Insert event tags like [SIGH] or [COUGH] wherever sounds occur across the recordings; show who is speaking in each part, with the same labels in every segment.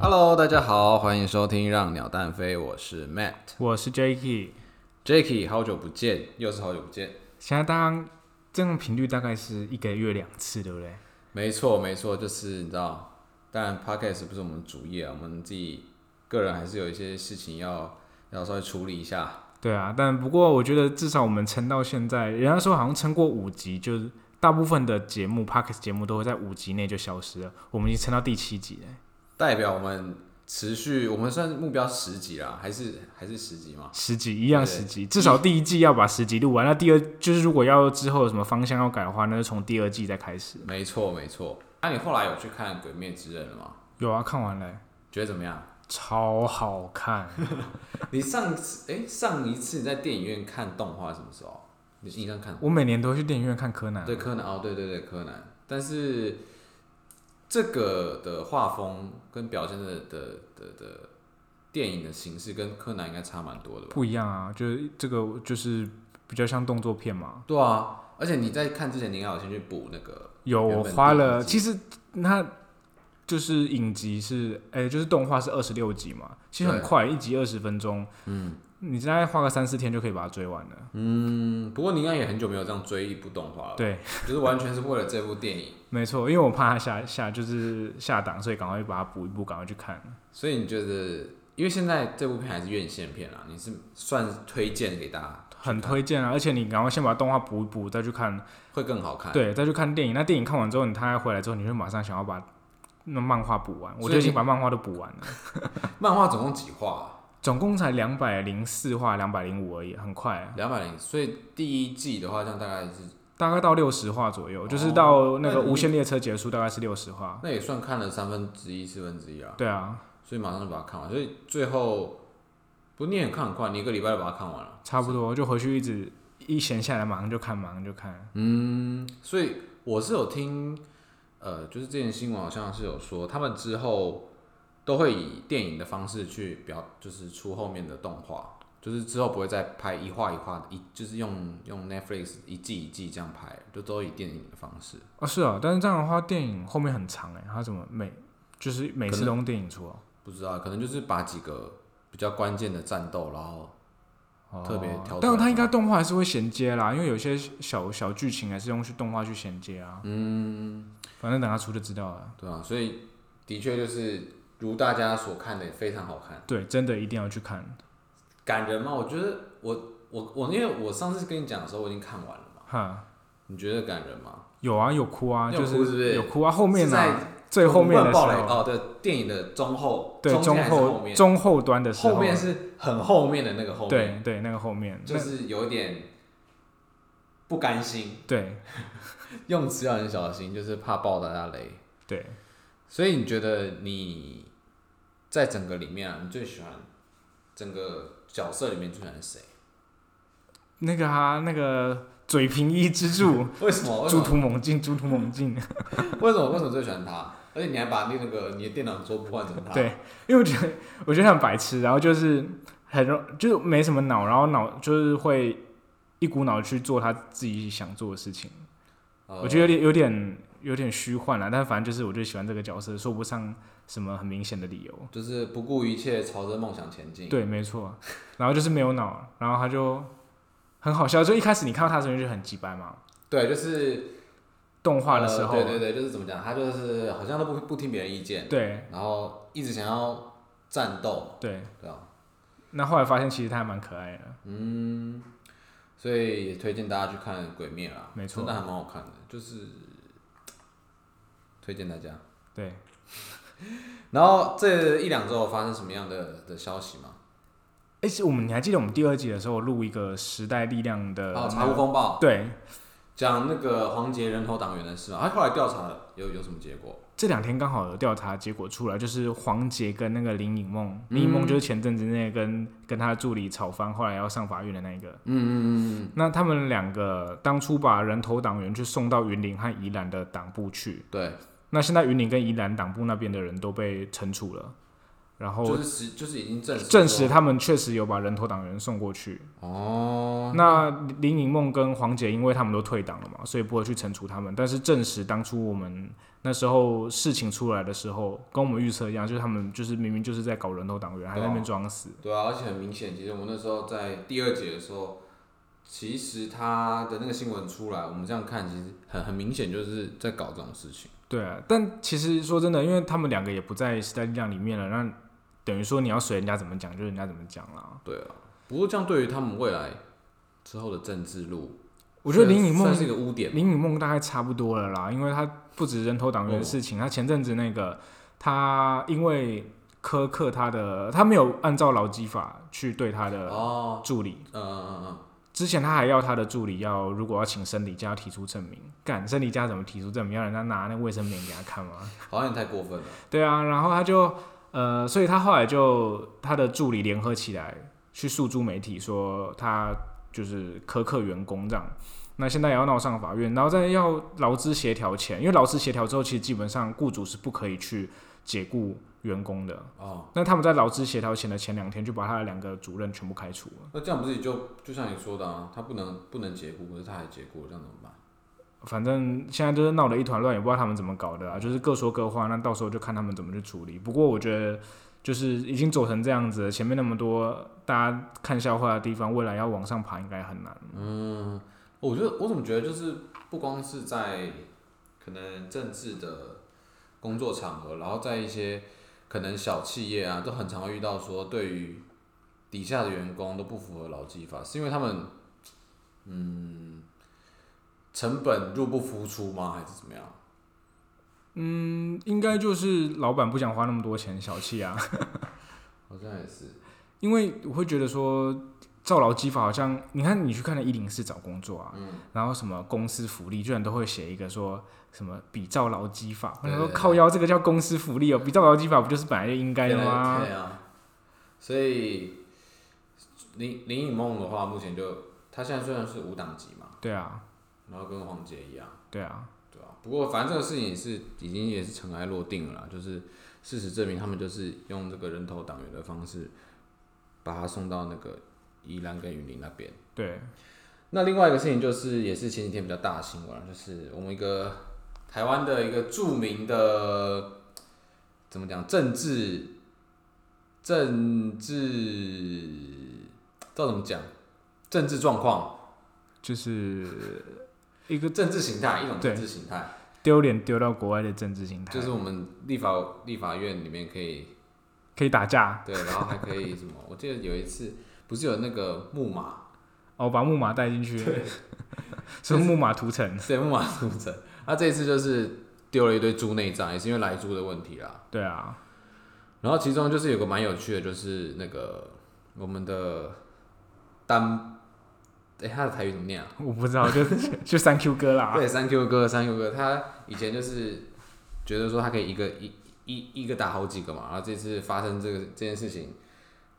Speaker 1: Hello，大家好，欢迎收听《让鸟蛋飞》，我是 Matt
Speaker 2: 我是 Jacky。
Speaker 1: Jacky，好久不见，又是好久不见。
Speaker 2: 现在大概这种频率大概是一个月两次，对不对？
Speaker 1: 没错，没错，就是你知道，当然 Podcast 不是我们主业啊，我们自己个人还是有一些事情要要稍微处理一下。
Speaker 2: 对啊，但不过我觉得至少我们撑到现在，人家说好像撑过五集，就是大部分的节目 p o d c a s t 节目都会在五集内就消失了。我们已经撑到第七集了，
Speaker 1: 代表我们持续，我们算目标十集啦，还是还是十集嘛？
Speaker 2: 十集一样
Speaker 1: 对
Speaker 2: 十集，至少第一季要把十集录完。那第二就是如果要之后有什么方向要改的话，那就从第二季再开始。
Speaker 1: 没错，没错。那、你后来有去看《鬼灭之刃》了吗？
Speaker 2: 有啊，看完了，
Speaker 1: 觉得怎么样？
Speaker 2: 超好
Speaker 1: [LAUGHS]
Speaker 2: 看。
Speaker 1: 你上次哎、上一次你在电影院看动画什么时候？你印象看
Speaker 2: 我每年都会去电影院看柯南，
Speaker 1: 对柯南哦，对对对柯南，但是这个的画风跟表现的的的的电影的形式跟柯南应该差蛮多的吧？
Speaker 2: 不一样啊，就是这个就是比较像动作片嘛。
Speaker 1: 对啊，而且你在看之前，你应该有先去补那个
Speaker 2: 有
Speaker 1: 原
Speaker 2: 我
Speaker 1: 本
Speaker 2: 花
Speaker 1: 第一
Speaker 2: 了，
Speaker 1: 集
Speaker 2: 其实那就是影集是，哎、就是动画是二十六集嘛，其实很
Speaker 1: 对
Speaker 2: 快，一集二十分钟，嗯，你大概花个三四天就可以把它追完了。
Speaker 1: 嗯，不过你应该也很久没有这样追一部动画了，，
Speaker 2: 对，
Speaker 1: 就是完全是为了这部电影，
Speaker 2: 没错，因为我怕它下下就是下档，所以赶快把它补一补，赶快去看。
Speaker 1: 所以你觉得，因为现在这部片还是院线片啊啦，你是算推荐给大家
Speaker 2: 很推荐啊！而且你赶快先把动画补一补，再去看，
Speaker 1: 会更好看，，
Speaker 2: 对，再去看电影。那电影看完之后，你大概回来之后，你会马上想要把那漫画补完。我
Speaker 1: 所以
Speaker 2: 就已经
Speaker 1: 你
Speaker 2: 把漫画都补完了，
Speaker 1: 漫画总共几话啊、
Speaker 2: 总共才两百零四话、两百零五而已，很快、啊。
Speaker 1: 两百零，所以第一季的话，这样大概是
Speaker 2: 大概到六十话左右，就是
Speaker 1: 哦
Speaker 2: 到那
Speaker 1: 那
Speaker 2: 个
Speaker 1: 你
Speaker 2: 无限列车结束，大概是六十话。
Speaker 1: 啊那也算看了三分之一、四分之一啊，
Speaker 2: 对啊，
Speaker 1: 所以马上就把它看完。所以最后不你也看很快，你一个礼拜就把它看完了。
Speaker 2: 差不多就回去一直一闲下来，马上就看，马上就看。
Speaker 1: 嗯，所以我是有听，呃，就是之前新闻好像是有说，他们之后都会以电影的方式去表，就是出后面的动画，就是之后不会再拍一画一画的，一就是用用 Netflix 一季一季这样拍，就都以电影的方式。
Speaker 2: 哦，是啊，但是这样的话，电影后面很长哎、它怎么每就是每
Speaker 1: 可
Speaker 2: 次都用电影出、啊？
Speaker 1: 不知道，可能就是把几个比较关键的战斗，然后
Speaker 2: 哦
Speaker 1: 特别挑出来啊
Speaker 2: 但是它应该动画还是会衔接啦，因为有些小小剧情还是用去动画去衔接啊。嗯，反正等它出就知道了。
Speaker 1: 对啊，所以的确就是如大家所看的，非常好看，
Speaker 2: 对，真的一定要去看。
Speaker 1: 感人吗？我觉得我我我，因为我上次跟你讲的时候，我已经看完了嘛，
Speaker 2: 哈，
Speaker 1: 你觉得感人吗？
Speaker 2: 有啊，有哭啊，
Speaker 1: 有
Speaker 2: 就
Speaker 1: 哭是不是
Speaker 2: 有哭啊，后面
Speaker 1: 是
Speaker 2: 呢、
Speaker 1: 在
Speaker 2: 最后面
Speaker 1: 我
Speaker 2: 的
Speaker 1: 们
Speaker 2: 时
Speaker 1: 暴
Speaker 2: 候，
Speaker 1: 雷哦，对，电影的中后，
Speaker 2: 对
Speaker 1: 中间还是后
Speaker 2: 后
Speaker 1: 面，
Speaker 2: 中后端的时候，啊
Speaker 1: 后面是很后面的那个后面，
Speaker 2: 对对，那个后面
Speaker 1: 就
Speaker 2: 那
Speaker 1: 是有点不甘心，
Speaker 2: 对
Speaker 1: 用词要很小心，就是怕爆大家雷。
Speaker 2: 对，
Speaker 1: 所以你觉得你在整个里面啊，你最喜欢整个角色里面最喜欢谁？
Speaker 2: 那个啊，那个嘴平一之助，
Speaker 1: 为什么？为什
Speaker 2: [LAUGHS] 猪
Speaker 1: 么？
Speaker 2: 突猛进，猪突猛进，
Speaker 1: 嗯为什么？为什么最喜欢他？而且你还把那个你的电脑桌布换成他。
Speaker 2: 对，因为我觉得我觉得他很白痴，然后就是很容就没什么脑，然后脑就是会一股脑去做他自己想做的事情，
Speaker 1: 呃，
Speaker 2: 我觉得有点有点有点虚幻了，但反正就是我就喜欢这个角色，说不上什么很明显的理由。
Speaker 1: 就是不顾一切朝着梦想前进。，
Speaker 2: 对，没错。然后就是没有脑，然后他就很好笑。就一开始你看到他的时候就很鸡掰嘛，
Speaker 1: 对，就是呃
Speaker 2: 动画的时候，
Speaker 1: 呃对对对，就是怎么讲，他就是好像都不不听别人意见，
Speaker 2: 对
Speaker 1: 然后一直想要战斗，
Speaker 2: 对
Speaker 1: 对吧？
Speaker 2: 那后来发现其实他还蛮可爱的，
Speaker 1: 嗯，所以也推荐大家去看《鬼灭》啦，
Speaker 2: 没错
Speaker 1: 真的还蛮好看的，就是推荐大家。
Speaker 2: 对，
Speaker 1: 然后这一两周有发生什么样的的消息吗？
Speaker 2: 哎，是我们你还记得我们第二季的时候录一个时代力量的、
Speaker 1: 哦，茶屋风暴
Speaker 2: 对，
Speaker 1: 讲那个黄杰人头党员的事嘛，他后来调查了有有什么结果？
Speaker 2: 这两天刚好有调查结果出来，就是黄杰跟那个林颖梦，林颖梦
Speaker 1: 嗯
Speaker 2: 就是前阵子那个跟跟他的助理吵翻，后来要上法院的那个。
Speaker 1: 嗯嗯嗯
Speaker 2: 那他们两个当初把人头党员去送到云林和宜兰的党部去，
Speaker 1: 嗯，对，
Speaker 2: 那现在云林跟宜兰党部那边的人都被惩处了，然
Speaker 1: 就
Speaker 2: 后
Speaker 1: 是实就是已经证实
Speaker 2: 证实
Speaker 1: 说
Speaker 2: 他们确实有把人头党员送过去。
Speaker 1: 哦，
Speaker 2: 那林颖梦跟黄姐，因为他们都退党了嘛，所以不会去惩处他们。但是证实当初我们那时候事情出来的时候，跟我们预测一样，就是他们就是明明就是在搞人头党员，还在那边装死。
Speaker 1: 对啊，而且很明显，其实我们那时候在第二节的时候，其实他的那个新闻出来，我们这样看，其实很很明显就是在搞这种事情。
Speaker 2: 对啊，但其实说真的，因为他们两个也不在时代力量里面了，那等于说你要随人家怎么讲，就人家怎么讲啦。
Speaker 1: 对啊，不过这样对于他们未来之后的政治路，
Speaker 2: 我觉得林颖梦
Speaker 1: 算是一个污点。
Speaker 2: 林颖梦大概差不多了啦，因为他不止人头党
Speaker 1: 哦
Speaker 2: 员的事情，他前阵子那个他因为苛刻他的，他没有按照劳基法去对他的
Speaker 1: 哦，
Speaker 2: 助理，
Speaker 1: 嗯嗯嗯嗯，
Speaker 2: 之前他还要他的助理要如果要请生理假要提出证明，干生理假怎么提出证明？要人家拿那卫生棉给他看吗？ [LAUGHS]
Speaker 1: 好像也太过分了。
Speaker 2: 对啊，然后他就呃，所以他后来就呃他的助理联合起来去诉诸媒体说他就是苛刻员工这样。那现在也要闹上法院，然后在要劳资协调前，因为劳资协调之后，其实基本上雇主是不可以去解雇员工的。
Speaker 1: 哦，
Speaker 2: 那他们在劳资协调前的前两天就把他的两个主任全部开除了。
Speaker 1: 那这样不是就就像你说的啊，他不能不能解雇，可是他还解雇，这样怎么办？
Speaker 2: 反正现在就是闹得一团乱，也不知道他们怎么搞的啊，就是各说各话，那到时候就看他们怎么去处理。不过我觉得，就是已经走成这样子了，前面那么多大家看笑话的地方，未来要往上爬应该很难。
Speaker 1: 我觉得我怎么觉得就是不光是在可能政治的工作场合，然后在一些可能小企业啊，都很常会遇到说对于底下的员工都不符合劳基法，是因为他们嗯成本入不敷出吗？还是怎么样？
Speaker 2: 嗯，应该就是老板不想花那么多钱，小气啊， [LAUGHS]
Speaker 1: 好像也是，
Speaker 2: 因为我会觉得说。照劳基法好像，你看你去看那一零四找工作啊，然后什么公司福利，居然都会写一个说什么比照劳基法，我想说
Speaker 1: 对对对
Speaker 2: 靠腰这个叫公司福利哦，比照劳基法不就是本来就应该的
Speaker 1: 对
Speaker 2: 吗？
Speaker 1: 对啊，所以林林颖梦的话，目前就他现在虽然是无党籍嘛，
Speaker 2: 对啊，
Speaker 1: 然后跟黄杰一样。
Speaker 2: 对啊，
Speaker 1: 对啊，不过反正这个事情也是已经也是尘埃落定了啦，就是事实证明他们就是用这个人头党员的方式，把他送到那个宜兰跟云林那边。
Speaker 2: 对，
Speaker 1: 那另外一个事情就是，也是前几天比较大的新闻啊，就是我们一个台湾的一个著名的怎么讲政治政治，知道怎么讲政治状况，
Speaker 2: 就是一个
Speaker 1: 政治形态一种
Speaker 2: 对
Speaker 1: 政治形态。
Speaker 2: 丢脸丢到国外的政治形态，
Speaker 1: 就是我们立法立法院里面可以
Speaker 2: 可以打架
Speaker 1: 对，然后还可以什么？我记得有一次不是有那个木马，
Speaker 2: 哦，把木马带进去，是木马屠城，
Speaker 1: 对，木马屠城。他、这一次就是丢了一堆猪内脏，也是因为来猪的问题啦。
Speaker 2: 对啊，
Speaker 1: 然后其中就是有个蛮有趣的，就是那个我们的丹，哎、他的台语怎么念啊？
Speaker 2: 我不知道，
Speaker 1: [LAUGHS]
Speaker 2: 就就三 Q 哥啦，
Speaker 1: 对，三 Q 哥，三 Q 哥，他以前就是觉得说他可以一个一一一个打好几个嘛，然后这次发生这个这件事情，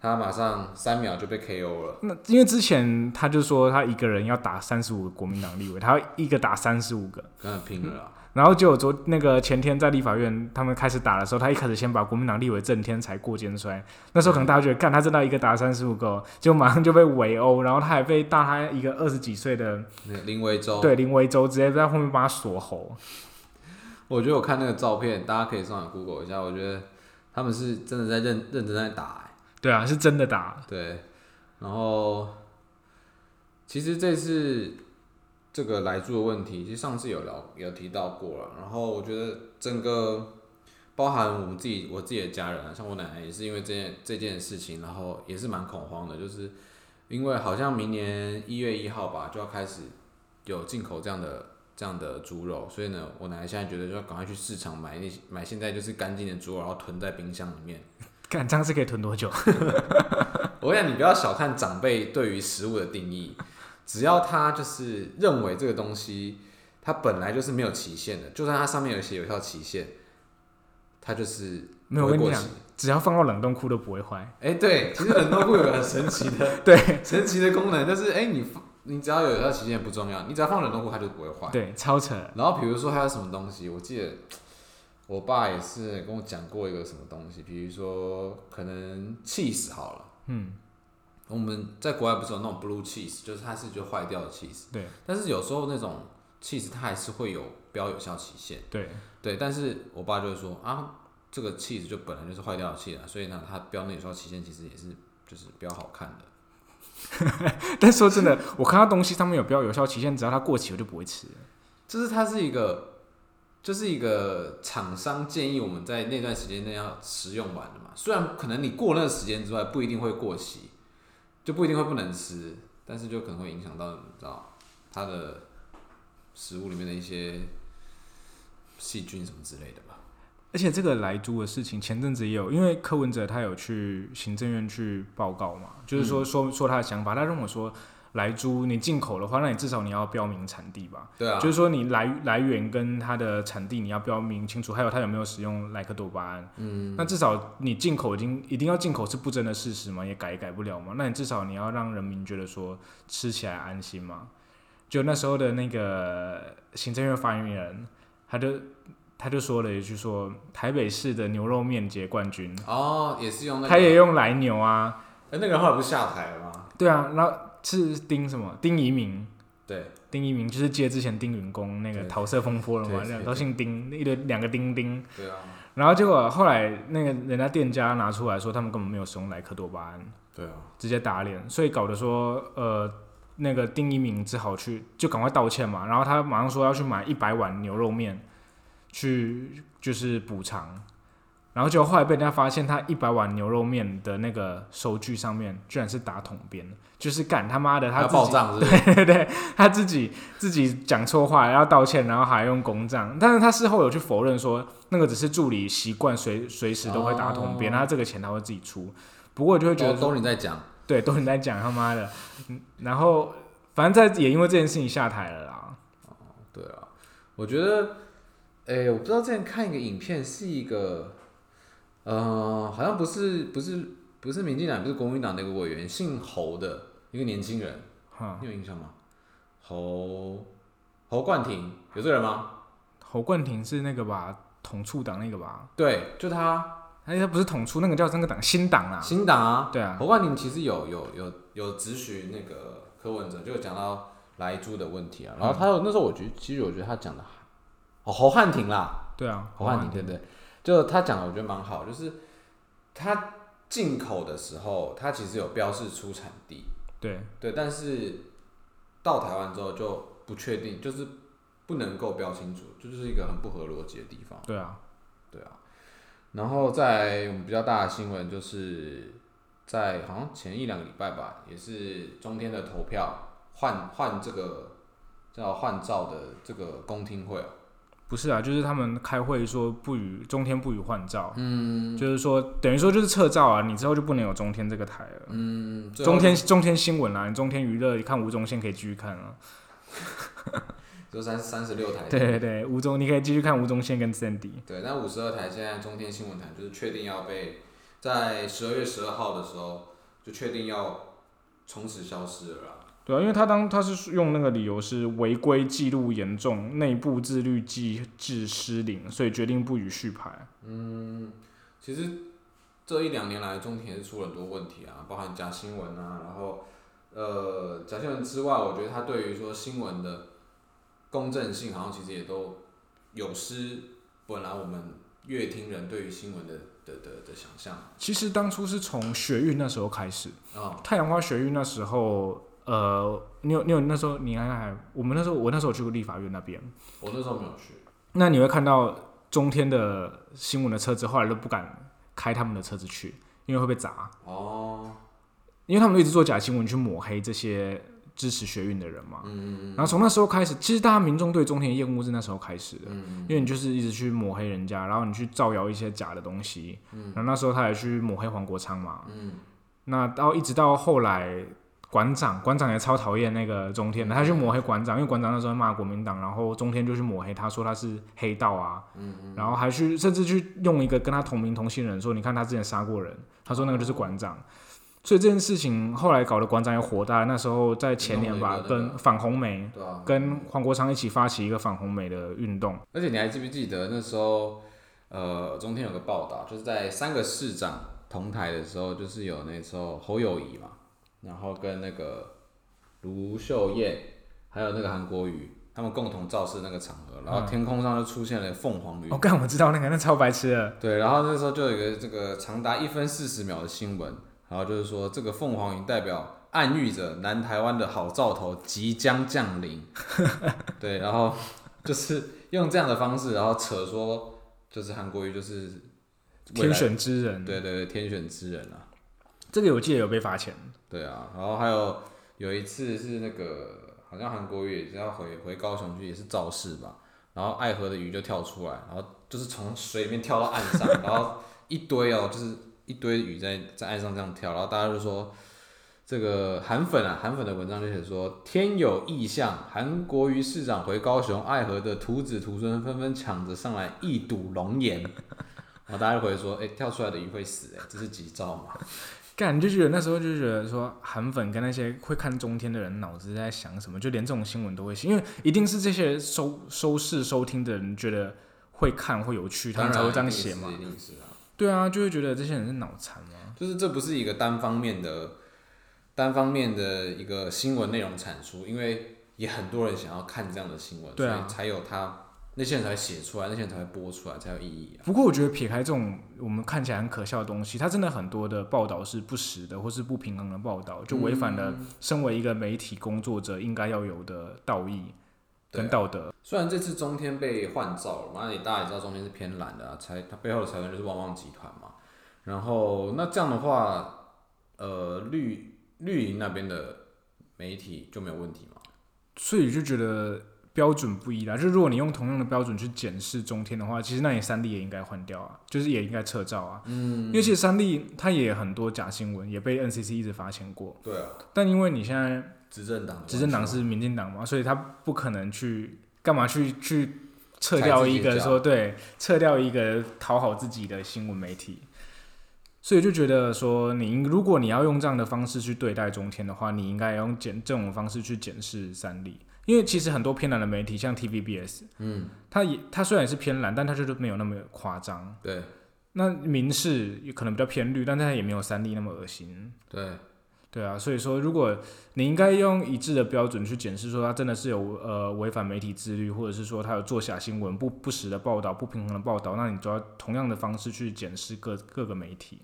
Speaker 1: 他马上三秒就被 KO 了。
Speaker 2: 那因为之前他就说他一个人要打三十五个国民党立委，他要一个打三十五个，
Speaker 1: 跟他拼了啦！
Speaker 2: 然后结果昨那个前天在立法院他们开始打的时候，他一开始先把国民党立委郑天才过肩摔，那时候可能大家觉得干他真的一个打三十五个哦，就马上就被围殴，然后他还被大他一个二十几岁的
Speaker 1: 那个林维洲，
Speaker 2: 对，林维洲直接在后面帮他锁喉。
Speaker 1: 我觉得我看那个照片，大家可以上网 Google 一下，我觉得他们是真的在认认真在打、
Speaker 2: 对啊，是真的打
Speaker 1: 欸，对。然后，其实这次这个来住的问题，其实上次有聊有提到过了。然后我觉得整个包含我们自己我自己的家人啊，像我奶奶也是因为这件这件事情，然后也是蛮恐慌的，就是因为好像明年一月一号吧就要开始有进口这样的这样的猪肉，所以呢，我奶奶现在觉得就要赶快去市场买那些买现在就是干净的猪肉，然后囤在冰箱里面。
Speaker 2: 看这样是可以囤多久？ [LAUGHS]
Speaker 1: 我想你不要小看长辈对于食物的定义，只要他就是认为这个东西它本来就是没有期限的，就算它上面有写有效期限，它就是
Speaker 2: 没有
Speaker 1: 不会
Speaker 2: 我跟你
Speaker 1: 过
Speaker 2: 讲
Speaker 1: 期。
Speaker 2: 只要放到冷冻库都不会坏。
Speaker 1: 哎、对，其实冷冻库有个很神奇的 [LAUGHS]
Speaker 2: 对
Speaker 1: 神奇的功能，就是哎、你放你只要有效期限不重要，你只要放冷冻库它就不会坏。
Speaker 2: 对，超扯。
Speaker 1: 然后比如说还有什么东西，我记得我爸也是跟我讲过一个什么东西，比如说可能 cheese 好了，
Speaker 2: 嗯，
Speaker 1: 我们在国外不是有那种 blue cheese，就是它是就坏掉的 cheese，
Speaker 2: 对
Speaker 1: 但是有时候那种 cheese 它还是会有标有效期限，
Speaker 2: 对 [LAUGHS]
Speaker 1: 对，但是我爸就会说啊，这个 cheese 就本来就是坏掉的 cheese，、啊、所以呢，它标那有效期限其实也是就是标好看的。
Speaker 2: 但说真的，我看到东西上面有标有效期限，只要它过期我就不会吃了。
Speaker 1: 就是它是一个，就是一个厂商建议我们在那段时间内要食用完的嘛。虽然可能你过那个时间之外不一定会过期，就不一定会不能吃，但是就可能会影响到你知道它的食物里面的一些细菌什么之类的吧。
Speaker 2: 而且这个莱猪的事情，前阵子也有，因为柯文哲他有去行政院去报告嘛，就是说说说他的想法，他认为说莱猪你进口的话，那你至少你要标明产地吧，
Speaker 1: 对啊，
Speaker 2: 就是说你来来源跟它的产地你要标明清楚，还有它有没有使用莱克多巴胺。嗯，那至少你进口已经一定要进口是不争的事实嘛，也改也改不了嘛。那你至少你要让人民觉得说吃起来安心嘛。就那时候的那个行政院发言人，他就他就说了一句说台北市的牛肉面节冠军，
Speaker 1: 哦，也是用那个，
Speaker 2: 他也用来牛啊，
Speaker 1: 哎那个人后来不是下台了吗？
Speaker 2: 对啊，然后是丁什么丁怡明，
Speaker 1: 对，
Speaker 2: 丁一鸣就是接之前丁云公那个
Speaker 1: 对
Speaker 2: 桃色风波了嘛，
Speaker 1: 对
Speaker 2: 两
Speaker 1: 对
Speaker 2: 都姓丁，一堆两个丁丁，
Speaker 1: 对啊，
Speaker 2: 然后结果后来那个人家店家拿出来说，他们根本没有使用莱克多巴胺，
Speaker 1: 对啊，
Speaker 2: 直接打脸，所以搞得说呃那个丁一鸣只好去就赶快道歉嘛，然后他马上说要去买一百碗牛肉面去就是补偿，然后结果后来被人家发现他一百碗牛肉面的那个收据上面居然是打统编，就是干他妈的他
Speaker 1: 要
Speaker 2: 自己
Speaker 1: 报账是不是？
Speaker 2: 对 [LAUGHS] 对，他自己自己讲错话，要道歉，然后还用公账，但是他事后有去否认说，那个只是助理习惯随随时都会打通边，
Speaker 1: 哦
Speaker 2: 他这个钱他会自己出。不过我就会觉得
Speaker 1: 都
Speaker 2: 说，
Speaker 1: 都你在讲，
Speaker 2: 对，都你在讲他妈的，嗯然后反正在也因为这件事情下台了啦。
Speaker 1: 对啊，我觉得，哎、我不知道之前看一个影片，是一个，呃，好像不是不是不是民进党，不是国民党那个委员，姓侯的一个年轻人，
Speaker 2: 哈，
Speaker 1: 你有印象吗？侯侯冠廷有这个人吗？
Speaker 2: 侯冠廷是那个吧，统促党那个吧，
Speaker 1: 对，就他
Speaker 2: 哎，他不是统促，那个叫那个党新党啦。
Speaker 1: 新党啊，
Speaker 2: 对啊，
Speaker 1: 侯冠廷其实有有有有咨询那个柯文哲，就有讲到莱猪的问题啊，然后他有那时候我觉得，其实我觉得他讲的，哦，侯汉廷啦，
Speaker 2: 对啊，
Speaker 1: 侯汉廷对不对？就他讲的，我觉得蛮好，就是他进口的时候，他其实有标示出产地，
Speaker 2: 对
Speaker 1: 对，但是到台湾之后就不确定，就是不能够标清楚，这就是一个很不合逻辑的地方，
Speaker 2: 对啊，
Speaker 1: 对啊。然后在我们比较大的新闻，就是在好像前一两个礼拜吧，也是中天的投票换换这个叫换照的这个公听会啊，
Speaker 2: 不是啊，就是他们开会说不予中天不予换照。
Speaker 1: 嗯
Speaker 2: 就是说，等于说就是撤照啊，你之后就不能有中天这个台了。
Speaker 1: 嗯，最后
Speaker 2: 中天中天新闻啊，你中天娱乐你看吴宗宪可以继续看啊。
Speaker 1: 就三三十六台，
Speaker 2: 对对对，吴宗你可以继续看吴宗宪跟 Sandy。
Speaker 1: 对，那五十二台现在中天新闻台就是确定要被在十二月十二号的时候就确定要从此消失了啦。
Speaker 2: 对啊，因为他当他是用那个理由是违规记录严重，内部自律机制失灵，所以决定不予续牌。
Speaker 1: 其实这一两年来，中天也是出了很多问题啊，包含假新闻啊，然后呃假新闻之外，我觉得他对于说新闻的公正性，好像其实也都有失本来我们乐听人对于新闻的的的的想象
Speaker 2: 其实当初是从学运那时候开始，
Speaker 1: 啊、
Speaker 2: 太阳花学运那时候，呃，你有你有那时候你还还我们那时候我那时候去过立法院那边，
Speaker 1: 我那时候没有去，
Speaker 2: 那你会看到中天的新闻的车子后来都不敢开他们的车子去，因为会被砸，
Speaker 1: 哦，
Speaker 2: 因为他们一直做假新闻去抹黑这些支持学运的人嘛。
Speaker 1: 嗯嗯
Speaker 2: 然后从那时候开始，其实大家民众对中天的厌恶是那时候开始的，
Speaker 1: 嗯，
Speaker 2: 因为你就是一直去抹黑人家，然后你去造谣一些假的东西。然后那时候他也去抹黑黄国昌嘛。
Speaker 1: 嗯
Speaker 2: 那到一直到后来。馆长，馆长也超讨厌那个中天的，他去抹黑馆长，因为馆长那时候骂国民党，然后中天就去抹黑他，说他是黑道啊，
Speaker 1: 嗯嗯，
Speaker 2: 然后还去甚至去用一个跟他同名同姓人说，你看他之前杀过人，他说那个就是馆长，所以这件事情后来搞得馆长也火大。那时候在前年
Speaker 1: 弄
Speaker 2: 吧
Speaker 1: 了，一个那个
Speaker 2: 跟反红梅
Speaker 1: 对啊，
Speaker 2: 跟黄国昌一起发起一个反红梅的运动，
Speaker 1: 而且你还记不记得那时候，呃，中天有个报道，就是在三个市长同台的时候，就是有那时候侯友谊嘛，然后跟那个卢秀燕，还有那个韩国瑜，他们共同造势那个场合，然后天空上就出现了凤凰旅
Speaker 2: 我、哦、干，我知道那个，那超白痴的。
Speaker 1: 对，然后那时候就有一个这个长达一分四十秒的新闻，然后就是说这个凤凰云代表暗喻着南台湾的好兆头即将降临，
Speaker 2: [LAUGHS]
Speaker 1: 对，然后就是用这样的方式，然后扯说就是韩国瑜就是未
Speaker 2: 天
Speaker 1: 来，
Speaker 2: 选之人，
Speaker 1: 对对对，天选之人啊，
Speaker 2: 这个我记得有被罚钱。
Speaker 1: 对啊，然后还有有一次是那个好像韩国瑜也是要回回高雄去，也是造势吧，然后爱河的鱼就跳出来，然后就是从水里面跳到岸
Speaker 2: [LAUGHS]
Speaker 1: 上，然后一堆哦，就是一堆鱼在在岸上这样跳，然后大家就说。这个韩粉啊，韩粉的文章就写说，天有异象，韩国瑜市长回高雄，爱河的徒子徒孙纷纷抢着上来一睹龙颜，
Speaker 2: [LAUGHS]
Speaker 1: 然后大家就回说，哎、跳出来的鱼会死、哎，这是吉兆嘛？
Speaker 2: 干，你就觉得那时候就觉得说，韩粉跟那些会看中天的人脑子在想什么，就连这种新闻都会信，因为一定是这些收收视收听的人觉得会看会有趣，他
Speaker 1: 当
Speaker 2: 们
Speaker 1: 然
Speaker 2: 才会这样
Speaker 1: 一定
Speaker 2: 写
Speaker 1: 是
Speaker 2: 嘛
Speaker 1: 一。定是啊。
Speaker 2: 对啊，就会觉得这些人是脑残啊吗？
Speaker 1: 就是这不是一个单方面的、单方面的一个新闻内容产出，因为也很多人想要看这样的新闻，
Speaker 2: 对啊
Speaker 1: 所以才有他那些人才会写出来，那些人才会播出来，才有意义啊。
Speaker 2: 不过我觉得撇开这种我们看起来很可笑的东西，它真的很多的报道是不实的，或是不平衡的报道，就违反
Speaker 1: 嗯
Speaker 2: 了身为一个媒体工作者应该要有的道义
Speaker 1: 对
Speaker 2: 跟
Speaker 1: 啊
Speaker 2: 道德。
Speaker 1: 虽然这次中天被换照了嘛，那你大家也知道中天是偏蓝的、啊，财他背后的财团就是旺旺集团嘛。然后那这样的话，呃，绿绿营那边的媒体就没有问题嘛？
Speaker 2: 所以就觉得标准不一啦。就是如果你用同样的标准去检视中天的话，其实那你三 D 也应该换掉啊，就是也应该撤照啊。嗯，因为其实三 D 它也有很多假新闻，也被 NCC 一直罚钱过。
Speaker 1: 对啊，
Speaker 2: 但因为你现在
Speaker 1: 执政党的
Speaker 2: 执政党是民进党嘛，所以他不可能去干嘛去去撤掉一
Speaker 1: 踩自
Speaker 2: 个
Speaker 1: 己脚
Speaker 2: 说对撤掉一个讨好自己的新闻媒体。所以就觉得说你，如果你要用这样的方式去对待中天的话，你应该要用检这种方式去检视三立，因为其实很多偏蓝的媒体，像 TVBS，
Speaker 1: 嗯，
Speaker 2: 它也它虽然也是偏蓝，但它就是没有那么夸张。
Speaker 1: 对
Speaker 2: 那民视也可能比较偏绿，但它也没有三立那么恶心。
Speaker 1: 对，
Speaker 2: 对啊，所以说，如果你应该用一致的标准去检视，说他真的是有呃违反媒体自律，或者是说他有做假新闻、不不实的报道、不平衡的报道，那你就要同样的方式去检视各各个媒体。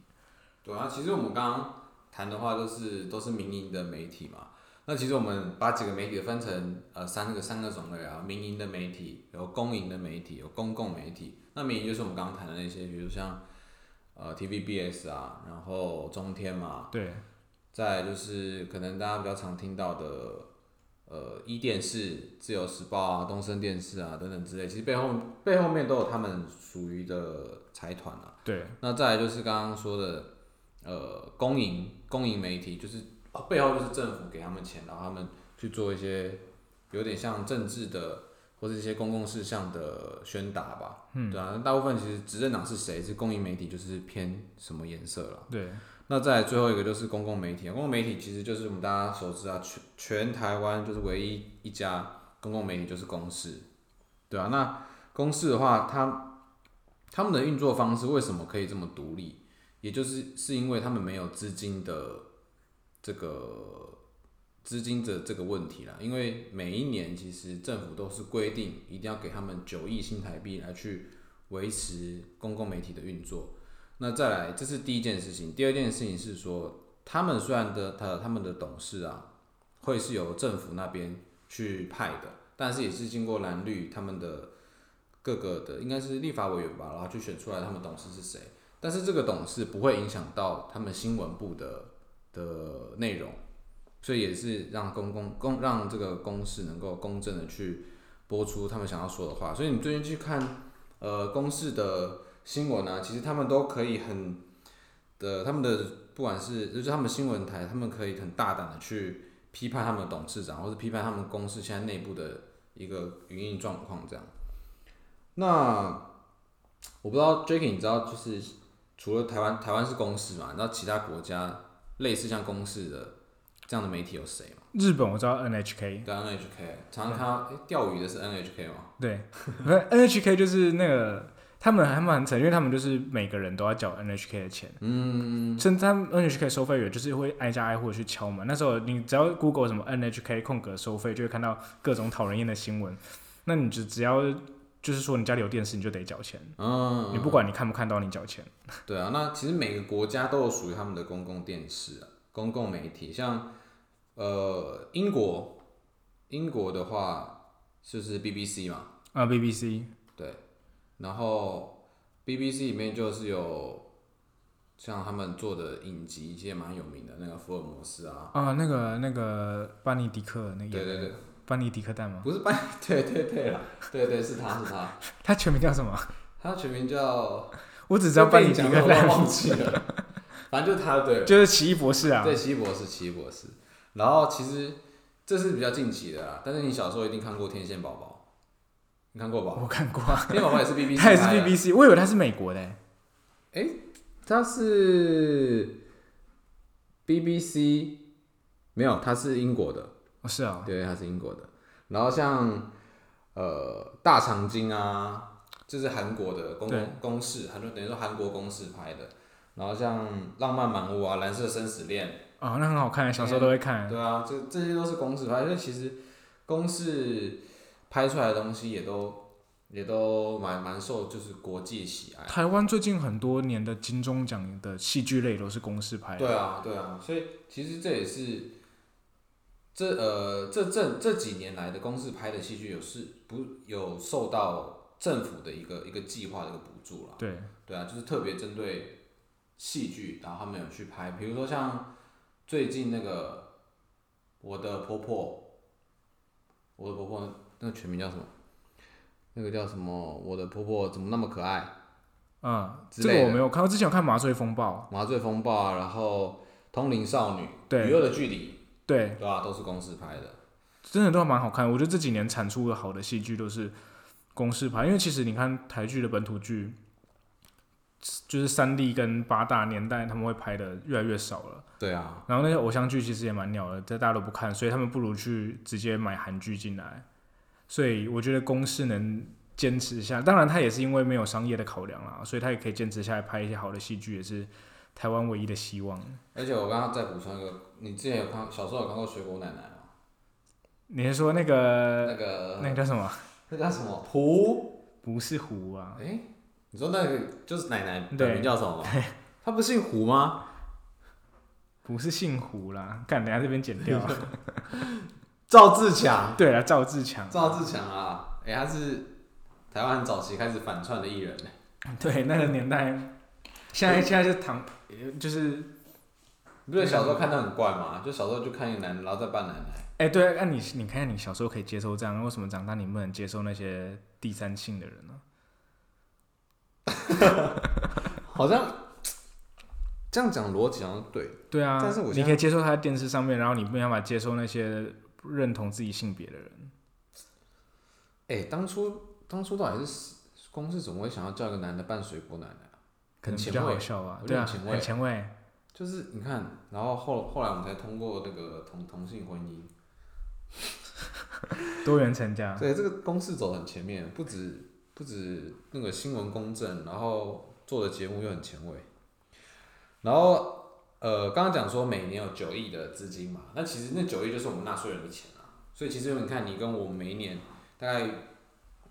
Speaker 1: 对啊，其实我们刚刚谈的话都是都是民营的媒体嘛。那其实我们把几个媒体分成呃三个三个种类啊，民营的媒体有公营的媒体有公共媒体。那民营就是我们刚刚谈的那些，比如像呃 TVBS 啊，然后中天嘛，
Speaker 2: 对，
Speaker 1: 再来就是可能大家比较常听到的，呃，一电视、自由时报啊、东森电视啊等等之类，其实背后背后面都有他们属于的财团啊。
Speaker 2: 对，
Speaker 1: 那再来就是刚刚说的，呃，公营公营媒体，就是哦背后就是政府给他们钱，然后他们去做一些有点像政治的或者一些公共事项的宣达吧。嗯，对啊，那大部分其实执政党是谁是公营媒体，就是偏什么颜色了。
Speaker 2: 对，
Speaker 1: 那再来最后一个就是公共媒体，公共媒体其实就是我们大家熟知啊，全全台湾就是唯一一家公共媒体就是公视，对啊，那公视的话，它他们的运作方式为什么可以这么独立？也就是是因为他们没有资金的这个资金的这个问题啦，因为每一年其实政府都是规定一定要给他们九亿新台币来去维持公共媒体的运作。那再来，这是第一件事情。第二件事情是说，他们虽然的他他们的董事啊，会是由政府那边去派的，但是也是经过蓝绿他们的各个的应该是立法委员吧，然后去选出来他们董事是谁。但是这个董事不会影响到他们新闻部的的内容，所以也是让公公公让这个公示能够公正的去播出他们想要说的话。所以你最近去看呃公示的新闻啊，其实他们都可以很的，他们的不管是就是他们新闻台，他们可以很大胆的去批判他们的董事长，或者批判他们公司现在内部的一个运营状况这样。那我不知道 Jacky，你知道就是除了台湾，台湾是公司嘛？你知道其他国家类似像公司的这样的媒体有谁吗？
Speaker 2: 日本我知道 NHK，
Speaker 1: 对 NHK，常常看到诶钓鱼的是 NHK 吗？
Speaker 2: 对，不是 NHK 就是那个他们还蛮惨，因为他们就是每个人都要缴 NHK 的钱，
Speaker 1: 嗯，
Speaker 2: 甚至他们 NHK 收费员就是会挨家挨户地去敲门。那时候你只要 Google 什么 NHK 空格收费，就会看到各种讨人厌的新闻。那你只只要就是说你家里有电视，你就得缴钱，
Speaker 1: 嗯，
Speaker 2: 你不管你看不看到，你缴钱。
Speaker 1: 对啊，那其实每个国家都有属于他们的公共电视啊，公共媒体，像呃英国，英国的话就是 BBC 嘛，
Speaker 2: 啊、b b c
Speaker 1: 对，然后 BBC 里面就是有像他们做的影集，其实也蛮有名的，那个福尔摩斯啊， [LAUGHS]
Speaker 2: 啊、那个那个班尼迪克那个
Speaker 1: 对对对，
Speaker 2: 班尼迪克蛋吗？
Speaker 1: 不是班，对对对啦，对对是他是他，
Speaker 2: 他全名叫什么？
Speaker 1: 他全名叫，
Speaker 2: 我只知道班尼
Speaker 1: 被你
Speaker 2: 迪
Speaker 1: 讲
Speaker 2: 克
Speaker 1: 到我
Speaker 2: 蛋，
Speaker 1: 忘记了，反正就是他就对了。
Speaker 2: 就是奇异博士啊。
Speaker 1: 对，奇异博士，奇异博士。然后其实这是比较近期的啦，但是你小时候一定看过《天线宝宝》，你看过吧？ [LAUGHS]
Speaker 2: 我看过、啊，
Speaker 1: 《天线宝宝》
Speaker 2: [LAUGHS]
Speaker 1: 也是 BBC，
Speaker 2: 他也是
Speaker 1: 拍的
Speaker 2: BBC，我以为他是美国的欸、
Speaker 1: 它是 BBC，没有，它是英国的，
Speaker 2: 哦，是啊、
Speaker 1: 对，它是英国的。然后像呃大长今啊，就是韩国的公
Speaker 2: 对
Speaker 1: 公式，韩就等于说韩国公式拍的。然后像《浪漫满屋》啊，《蓝色生死恋》。
Speaker 2: 哦，那很好看，小时候都会看。
Speaker 1: 对啊，这这些都是公式拍，因为其实公式拍出来的东西也都也都蛮蛮受就是国际喜爱。
Speaker 2: 台湾最近很多年的金钟奖的戏剧类都是公式拍的，
Speaker 1: 对啊，对啊，所以其实这也是这呃这这这几年来的公式拍的戏剧有是不有受到政府的一个一个计划的一个补助啦。
Speaker 2: 对
Speaker 1: 对啊，就是特别针对戏剧，然后他们有去拍，比如说像最近那个我的婆婆，我的婆婆那个全名叫什么？那个叫什么？我的婆婆怎么那么可爱？
Speaker 2: 嗯，
Speaker 1: 之
Speaker 2: 这个
Speaker 1: 类
Speaker 2: 我
Speaker 1: 的
Speaker 2: 没有看，我之前有看《麻醉风暴
Speaker 1: 麻醉风暴啊，然后通灵少女，
Speaker 2: 对
Speaker 1: 娱乐的距离，》，
Speaker 2: 对，
Speaker 1: 对吧、啊都是公司拍的。
Speaker 2: 真的都还蛮好看。我觉得这几年产出的好的戏剧都是公式拍，因为其实你看台剧的本土剧，就是三 D 跟八大年代他们会拍的越来越少了。
Speaker 1: 对啊，
Speaker 2: 然后那些偶像剧其实也蛮鸟的，但大家都不看，所以他们不如去直接买韩剧进来。所以我觉得公式能坚持下，当然他也是因为没有商业的考量啦，所以他也可以坚持下来拍一些好的戏剧，也是台湾唯一的希望。
Speaker 1: 而且我刚刚再补充一个，你之前有看小时候有看过《水果奶奶》吗？
Speaker 2: 你是说那
Speaker 1: 那
Speaker 2: 个
Speaker 1: 个
Speaker 2: 呃那个叫什么？
Speaker 1: 那叫什么蒲？
Speaker 2: 不是湖啊，
Speaker 1: 哎、你说那个就是奶奶
Speaker 2: 对
Speaker 1: 本名叫什么吗？
Speaker 2: [LAUGHS]
Speaker 1: 她不姓胡吗？
Speaker 2: 不是姓胡啦，干，等一下这边剪掉。
Speaker 1: 赵自强，
Speaker 2: 对啊，赵自强。
Speaker 1: 赵自强啊，哎、他是台湾很早期开始反串的艺人呢。
Speaker 2: 对，那个年代，现在现在就躺，呃就是，
Speaker 1: 你不觉得小时候看他很怪吗？啊就小时候就看一个男的，然后再扮奶奶。
Speaker 2: 哎、对啊，那、你你看你小时候可以接受这样，为什么长大你不能接受那些第三性的人呢、
Speaker 1: 好像这样讲逻辑好像对，
Speaker 2: 对啊，
Speaker 1: 但是我
Speaker 2: 你
Speaker 1: 现在
Speaker 2: 可以接受他在电视上面，然后你没办法接受那些不认同自己性别的人。
Speaker 1: 哎、当初当初到底是公司怎么会想要叫一个男的扮水果奶奶啊？
Speaker 2: 可
Speaker 1: 很
Speaker 2: 能比
Speaker 1: 前
Speaker 2: 较好
Speaker 1: 卫，
Speaker 2: 笑吧，
Speaker 1: 我觉
Speaker 2: 对
Speaker 1: 得
Speaker 2: 啊，
Speaker 1: 很前卫
Speaker 2: 很前卫。
Speaker 1: 就是你看，然后后后来我们才通过那个同同性婚姻。
Speaker 2: 多元成家，
Speaker 1: 对，这个公式走很前面，不止不止那个新闻公正，然后做的节目又很前卫。然后呃，刚刚讲说每年有九亿的资金嘛，那其实那九亿就是我们纳税人的钱啊。所以其实你看，你跟我们每一年大概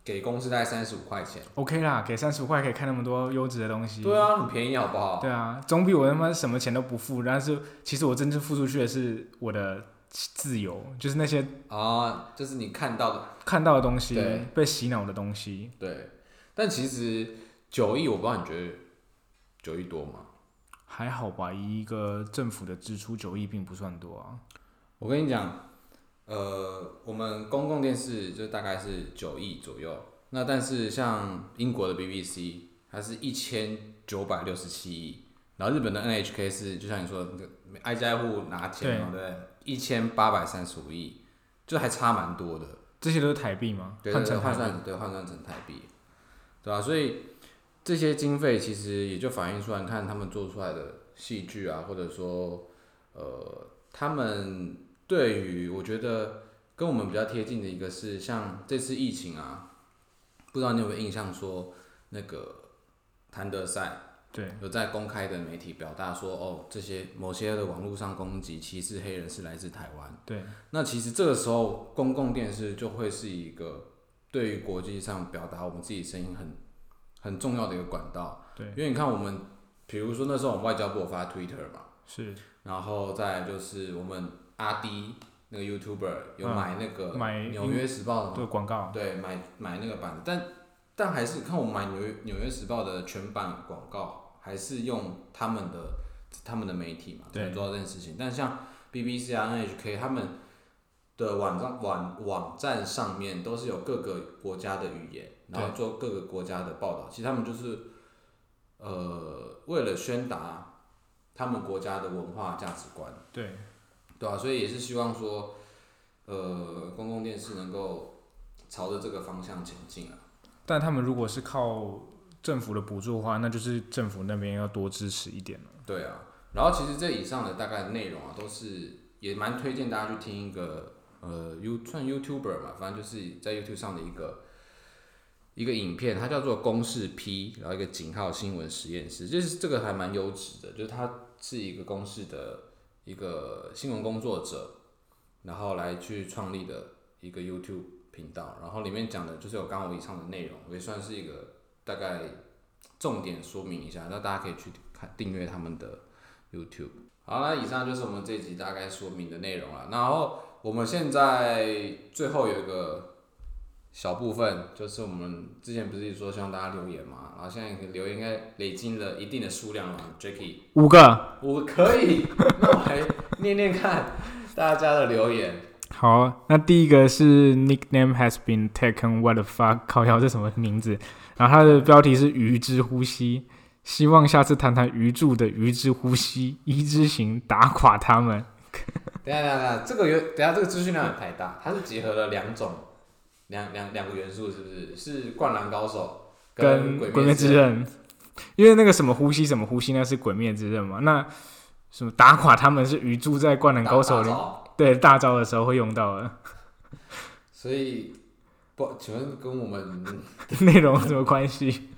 Speaker 1: 给公司大概三十五块钱，
Speaker 2: ，OK 啦，给三十五块可以看那么多优质的东西。
Speaker 1: 对啊，很便宜好不好？
Speaker 2: 对啊，总比我他妈什么钱都不付，但是其实我真正付出去的是我的自由，就是那些
Speaker 1: 啊，就是你看到的
Speaker 2: 看到的东西
Speaker 1: 对，
Speaker 2: 被洗脑的东西。
Speaker 1: 对，但其实九亿我不知道你觉得九亿多吗？
Speaker 2: 还好吧，以一个政府的支出九亿并不算多啊。
Speaker 1: 我跟你讲，呃，我们公共电视就大概是九亿左右，那但是像英国的 BBC，它是一千九百六十七亿，然后日本的 NHK 是就像你说的那个挨家挨户拿钱嘛，对不对？一千八百三十五亿，就还差蛮多的，
Speaker 2: 这些都是台币吗？
Speaker 1: 对对
Speaker 2: 换
Speaker 1: 对
Speaker 2: 成台
Speaker 1: 换
Speaker 2: 币
Speaker 1: 算对换算成台币，对吧、所以这些经费其实也就反映出来，你看他们做出来的戏剧啊，或者说呃，他们对于我觉得跟我们比较贴近的一个是，像这次疫情啊，不知道你有没有印象说，那个谭德赛
Speaker 2: 对，
Speaker 1: 有在公开的媒体表达说，哦，这些某些的网络上攻击歧视黑人是来自台湾。
Speaker 2: 对，
Speaker 1: 那其实这个时候，公共电视就会是一个对于国际上表达我们自己声音很很重要的一个管道。
Speaker 2: 对，
Speaker 1: 因为你看，我们比如说那时候我们外交部有发 Twitter 嘛，
Speaker 2: 是
Speaker 1: 然后再来就是我们阿迪那个 YouTuber 有
Speaker 2: 嗯
Speaker 1: 买那个
Speaker 2: 买
Speaker 1: 《纽约时报》的
Speaker 2: 对
Speaker 1: 嘛，
Speaker 2: 广告，
Speaker 1: 对，买买那个版的，但但还是看我买纽约《纽约时报》的全版广告，还是用他们的他们的媒体嘛，
Speaker 2: 对
Speaker 1: 才能做到这件事情。但像 BBC 啊、NHK 他们的网站网网站上面都是有各个国家的语言，然后做各个国家的报道。其实他们就是呃，为了宣达他们国家的文化价值观。
Speaker 2: 对，
Speaker 1: 对啊，所以也是希望说，呃，公共电视能够朝着这个方向前进啊。
Speaker 2: 但他们如果是靠政府的补助的话，那就是政府那边要多支持一点了。
Speaker 1: 对啊，然后其实这以上的大概内容啊，都是也蛮推荐大家去听一个呃 You 算 YouTuber 嘛，反正就是在 YouTube 上的一个一个影片，它叫做公式 P，然后一个井号新闻实验室，就是这个还蛮优质的，就是它是一个公式的一个新闻工作者，然后来去创立的一个 YouTube 频道，然后里面讲的就是有刚刚我以上的内容，我也算是一个大概重点说明一下，那大家可以去看订阅他们的 YouTube。好，那以上就是我们这一集大概说明的内容了。然后我们现在最后有一个小部分，就是我们之前不是一直说希望大家留言嘛，然后现在留言应该累积了一定的数量了，Jacky。
Speaker 2: 五个，
Speaker 1: 我可以，那我来念念看大家的留言。
Speaker 2: 好，那第一个是 nickname has been taken what the fuck，靠腰这什么名字？然后它的标题是鱼之呼吸，希望下次谈谈鱼柱的鱼之呼吸，一之行打垮他们。
Speaker 1: 等一下等一下等一下，这个有等一下这个资讯量也太大，它是结合了两种两两两个元素，是不是？是《灌篮高手》
Speaker 2: 跟
Speaker 1: 鬼
Speaker 2: 鬼灭之
Speaker 1: 刃》。
Speaker 2: 刃》，因为那个什么呼吸什么呼吸，那是《鬼灭之刃》嘛。那什么打垮他们是鱼柱在《灌篮高
Speaker 1: 打
Speaker 2: 手》里
Speaker 1: 大招
Speaker 2: 对大招的时候会用到 [LAUGHS] 的，
Speaker 1: 所以不，请问跟我们
Speaker 2: 内容有什么关 [LAUGHS] 系？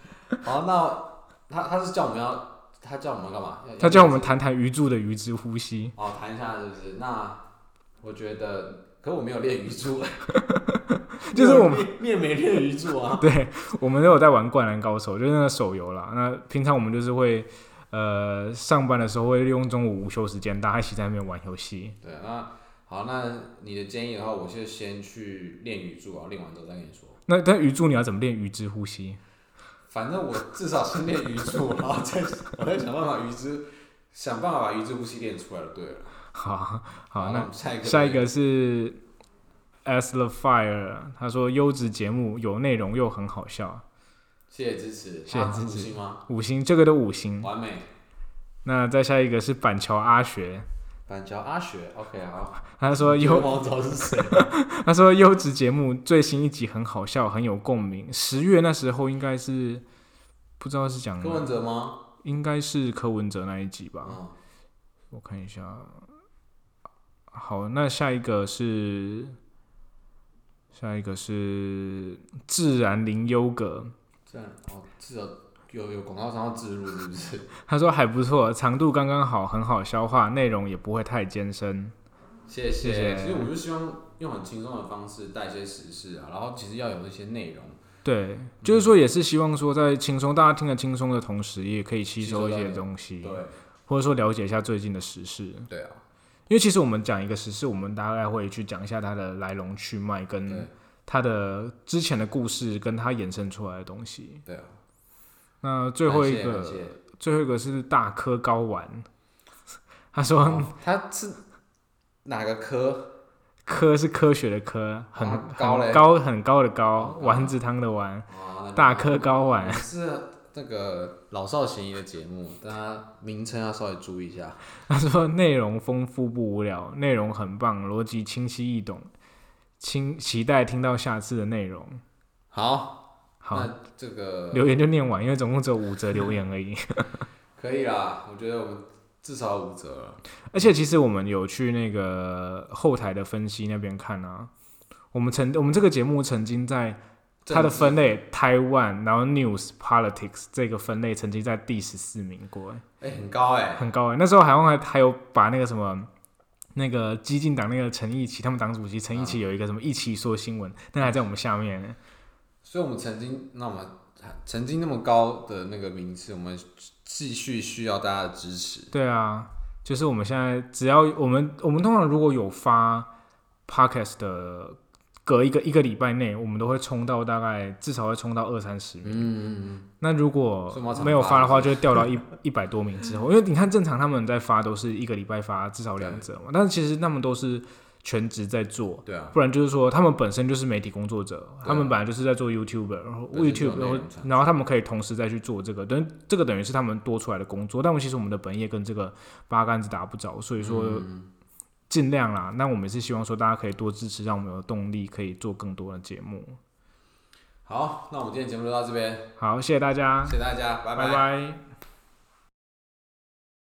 Speaker 1: 好，那他他是叫我们要，他叫我们干嘛？要
Speaker 2: 他叫我们谈谈鱼柱的鱼之呼吸，
Speaker 1: 哦，谈一下是不是？那我觉得，可我没有练鱼 [LAUGHS] 柱，
Speaker 2: 就是我们
Speaker 1: 你也没练鱼柱啊。
Speaker 2: 对我们都有在玩《灌篮高手》，就是那个手游啦。那平常我们就是会。呃，上班的时候会利用中午午休时间，大家一起在那边玩游戏。
Speaker 1: 对，那好，那你的建议的话，我就先去练语柱啊，练完之后再跟你说。
Speaker 2: 那但鱼柱你要怎么练鱼之呼吸？
Speaker 1: 反正我至少先练语柱，然后再 [LAUGHS] 我再想办法鱼之，想办法把鱼之呼吸练出来就对了。
Speaker 2: 好好，那
Speaker 1: 那我们下一个
Speaker 2: [LAUGHS] 下一个是 As the Fire，他说优质节目有内容又很好笑，
Speaker 1: 谢谢支持，
Speaker 2: 谢谢
Speaker 1: 啊
Speaker 2: 支
Speaker 1: 五
Speaker 2: 持
Speaker 1: 星吗？
Speaker 2: 五星这个都五星。
Speaker 1: 完美，
Speaker 2: 那再下一个是板桥阿学，
Speaker 1: 板桥阿雪，OK，好。
Speaker 2: 他说优
Speaker 1: 我知道是谁？
Speaker 2: [LAUGHS] 他说优质节目最新一集很好笑，很有共鸣。十月那时候应该是不知道是讲
Speaker 1: 柯文哲吗？
Speaker 2: 应该是柯文哲那一集吧，
Speaker 1: 嗯，
Speaker 2: 我看一下。好，那下一个是下一个是自然零优格，
Speaker 1: 这样哦，至少有有广告商要植入是不是？
Speaker 2: 他说还不错，长度刚刚好，很好消化，内容也不会太艰深。
Speaker 1: 谢
Speaker 2: 谢谢
Speaker 1: 其实我就希望用很轻松的方式带一些时事啊，然后其实要有一些内容。
Speaker 2: 对，
Speaker 1: 嗯
Speaker 2: 就是说也是希望说在轻松，大家听得轻松的同时，也可以吸收一
Speaker 1: 吸收
Speaker 2: 些
Speaker 1: 到
Speaker 2: 东西，
Speaker 1: 对，
Speaker 2: 或者说了解一下最近的时事。
Speaker 1: 对啊，
Speaker 2: 因为其实我们讲一个时事，我们大概会去讲一下它的来龙去脉，
Speaker 1: 对
Speaker 2: 跟它的之前的故事，跟它衍生出来的东西。
Speaker 1: 对啊。
Speaker 2: 那最后一
Speaker 1: 感谢
Speaker 2: 个，最后一个是大颗睾丸， [LAUGHS] 他说
Speaker 1: 感谢哦他是哪个科？
Speaker 2: 科是科学的科，很、
Speaker 1: 啊高嘞
Speaker 2: 很高很高的高
Speaker 1: 哦，高
Speaker 2: 丸子汤的丸，
Speaker 1: 啊
Speaker 2: 大颗高
Speaker 1: [LAUGHS]
Speaker 2: 丸。 [LAUGHS]
Speaker 1: 是那个老少咸宜的节目，大家名称要稍微注意一下。
Speaker 2: 他说内容丰富不无聊，内容很棒，逻辑清晰易懂，期期待听到下次的内容。
Speaker 1: 好，
Speaker 2: 好，
Speaker 1: 那这个
Speaker 2: 留言就念完，因为总共只有五则留言而已。 [LAUGHS]
Speaker 1: 可以啦，我觉得我们至少五折了。
Speaker 2: 而且其实我们有去那个后台的分析那边看啊，我们曾我们这个节目曾经在它的
Speaker 1: 政治
Speaker 2: 分类 Taiwan，然后 News Politics 这个分类曾经在第十四名过，哎
Speaker 1: 哎、很高哎、
Speaker 2: 很高哎。那时候好像还还有把那个什么。那个激进党那个陈义奇，他们党主席陈义奇有一个什么一起说新闻，那还在我们下面欸呢。
Speaker 1: 所以我们曾经，那我们曾经那么高的那个名次，我们继续需要大家的支持。
Speaker 2: 对啊，就是我们现在只要我们我们通常如果有发 podcast 的，隔一个一个礼拜内，我们都会冲到大概至少会冲到二三十名。
Speaker 1: 嗯，
Speaker 2: 那如果
Speaker 1: 所以我们要常
Speaker 2: 没有
Speaker 1: 发
Speaker 2: 发的话，就会掉到一 [LAUGHS] 一百多名之后。因为你看，正常他们在发都是一个礼拜发至少两则嘛，但是其实他们都是全职在做，
Speaker 1: 对啊，
Speaker 2: 不然就是说他们本身就是媒体工作者，
Speaker 1: 啊
Speaker 2: 他们本来就是在做 YouTuber，然后
Speaker 1: 本身就有
Speaker 2: YouTube，
Speaker 1: 内
Speaker 2: 然
Speaker 1: 容
Speaker 2: 后
Speaker 1: 产
Speaker 2: 然后他们可以同时再去做这个，等于这个等于是他们多出来的工作。但我们其实我们的本业跟这个八竿子打不着，所以说
Speaker 1: 嗯
Speaker 2: 尽量啦。那我们也是希望说大家可以多支持，让我们有动力可以做更多的节目。
Speaker 1: 好，那我们今天节目就到这边，
Speaker 2: 好，谢谢大家，
Speaker 1: 谢谢大家，拜
Speaker 2: 拜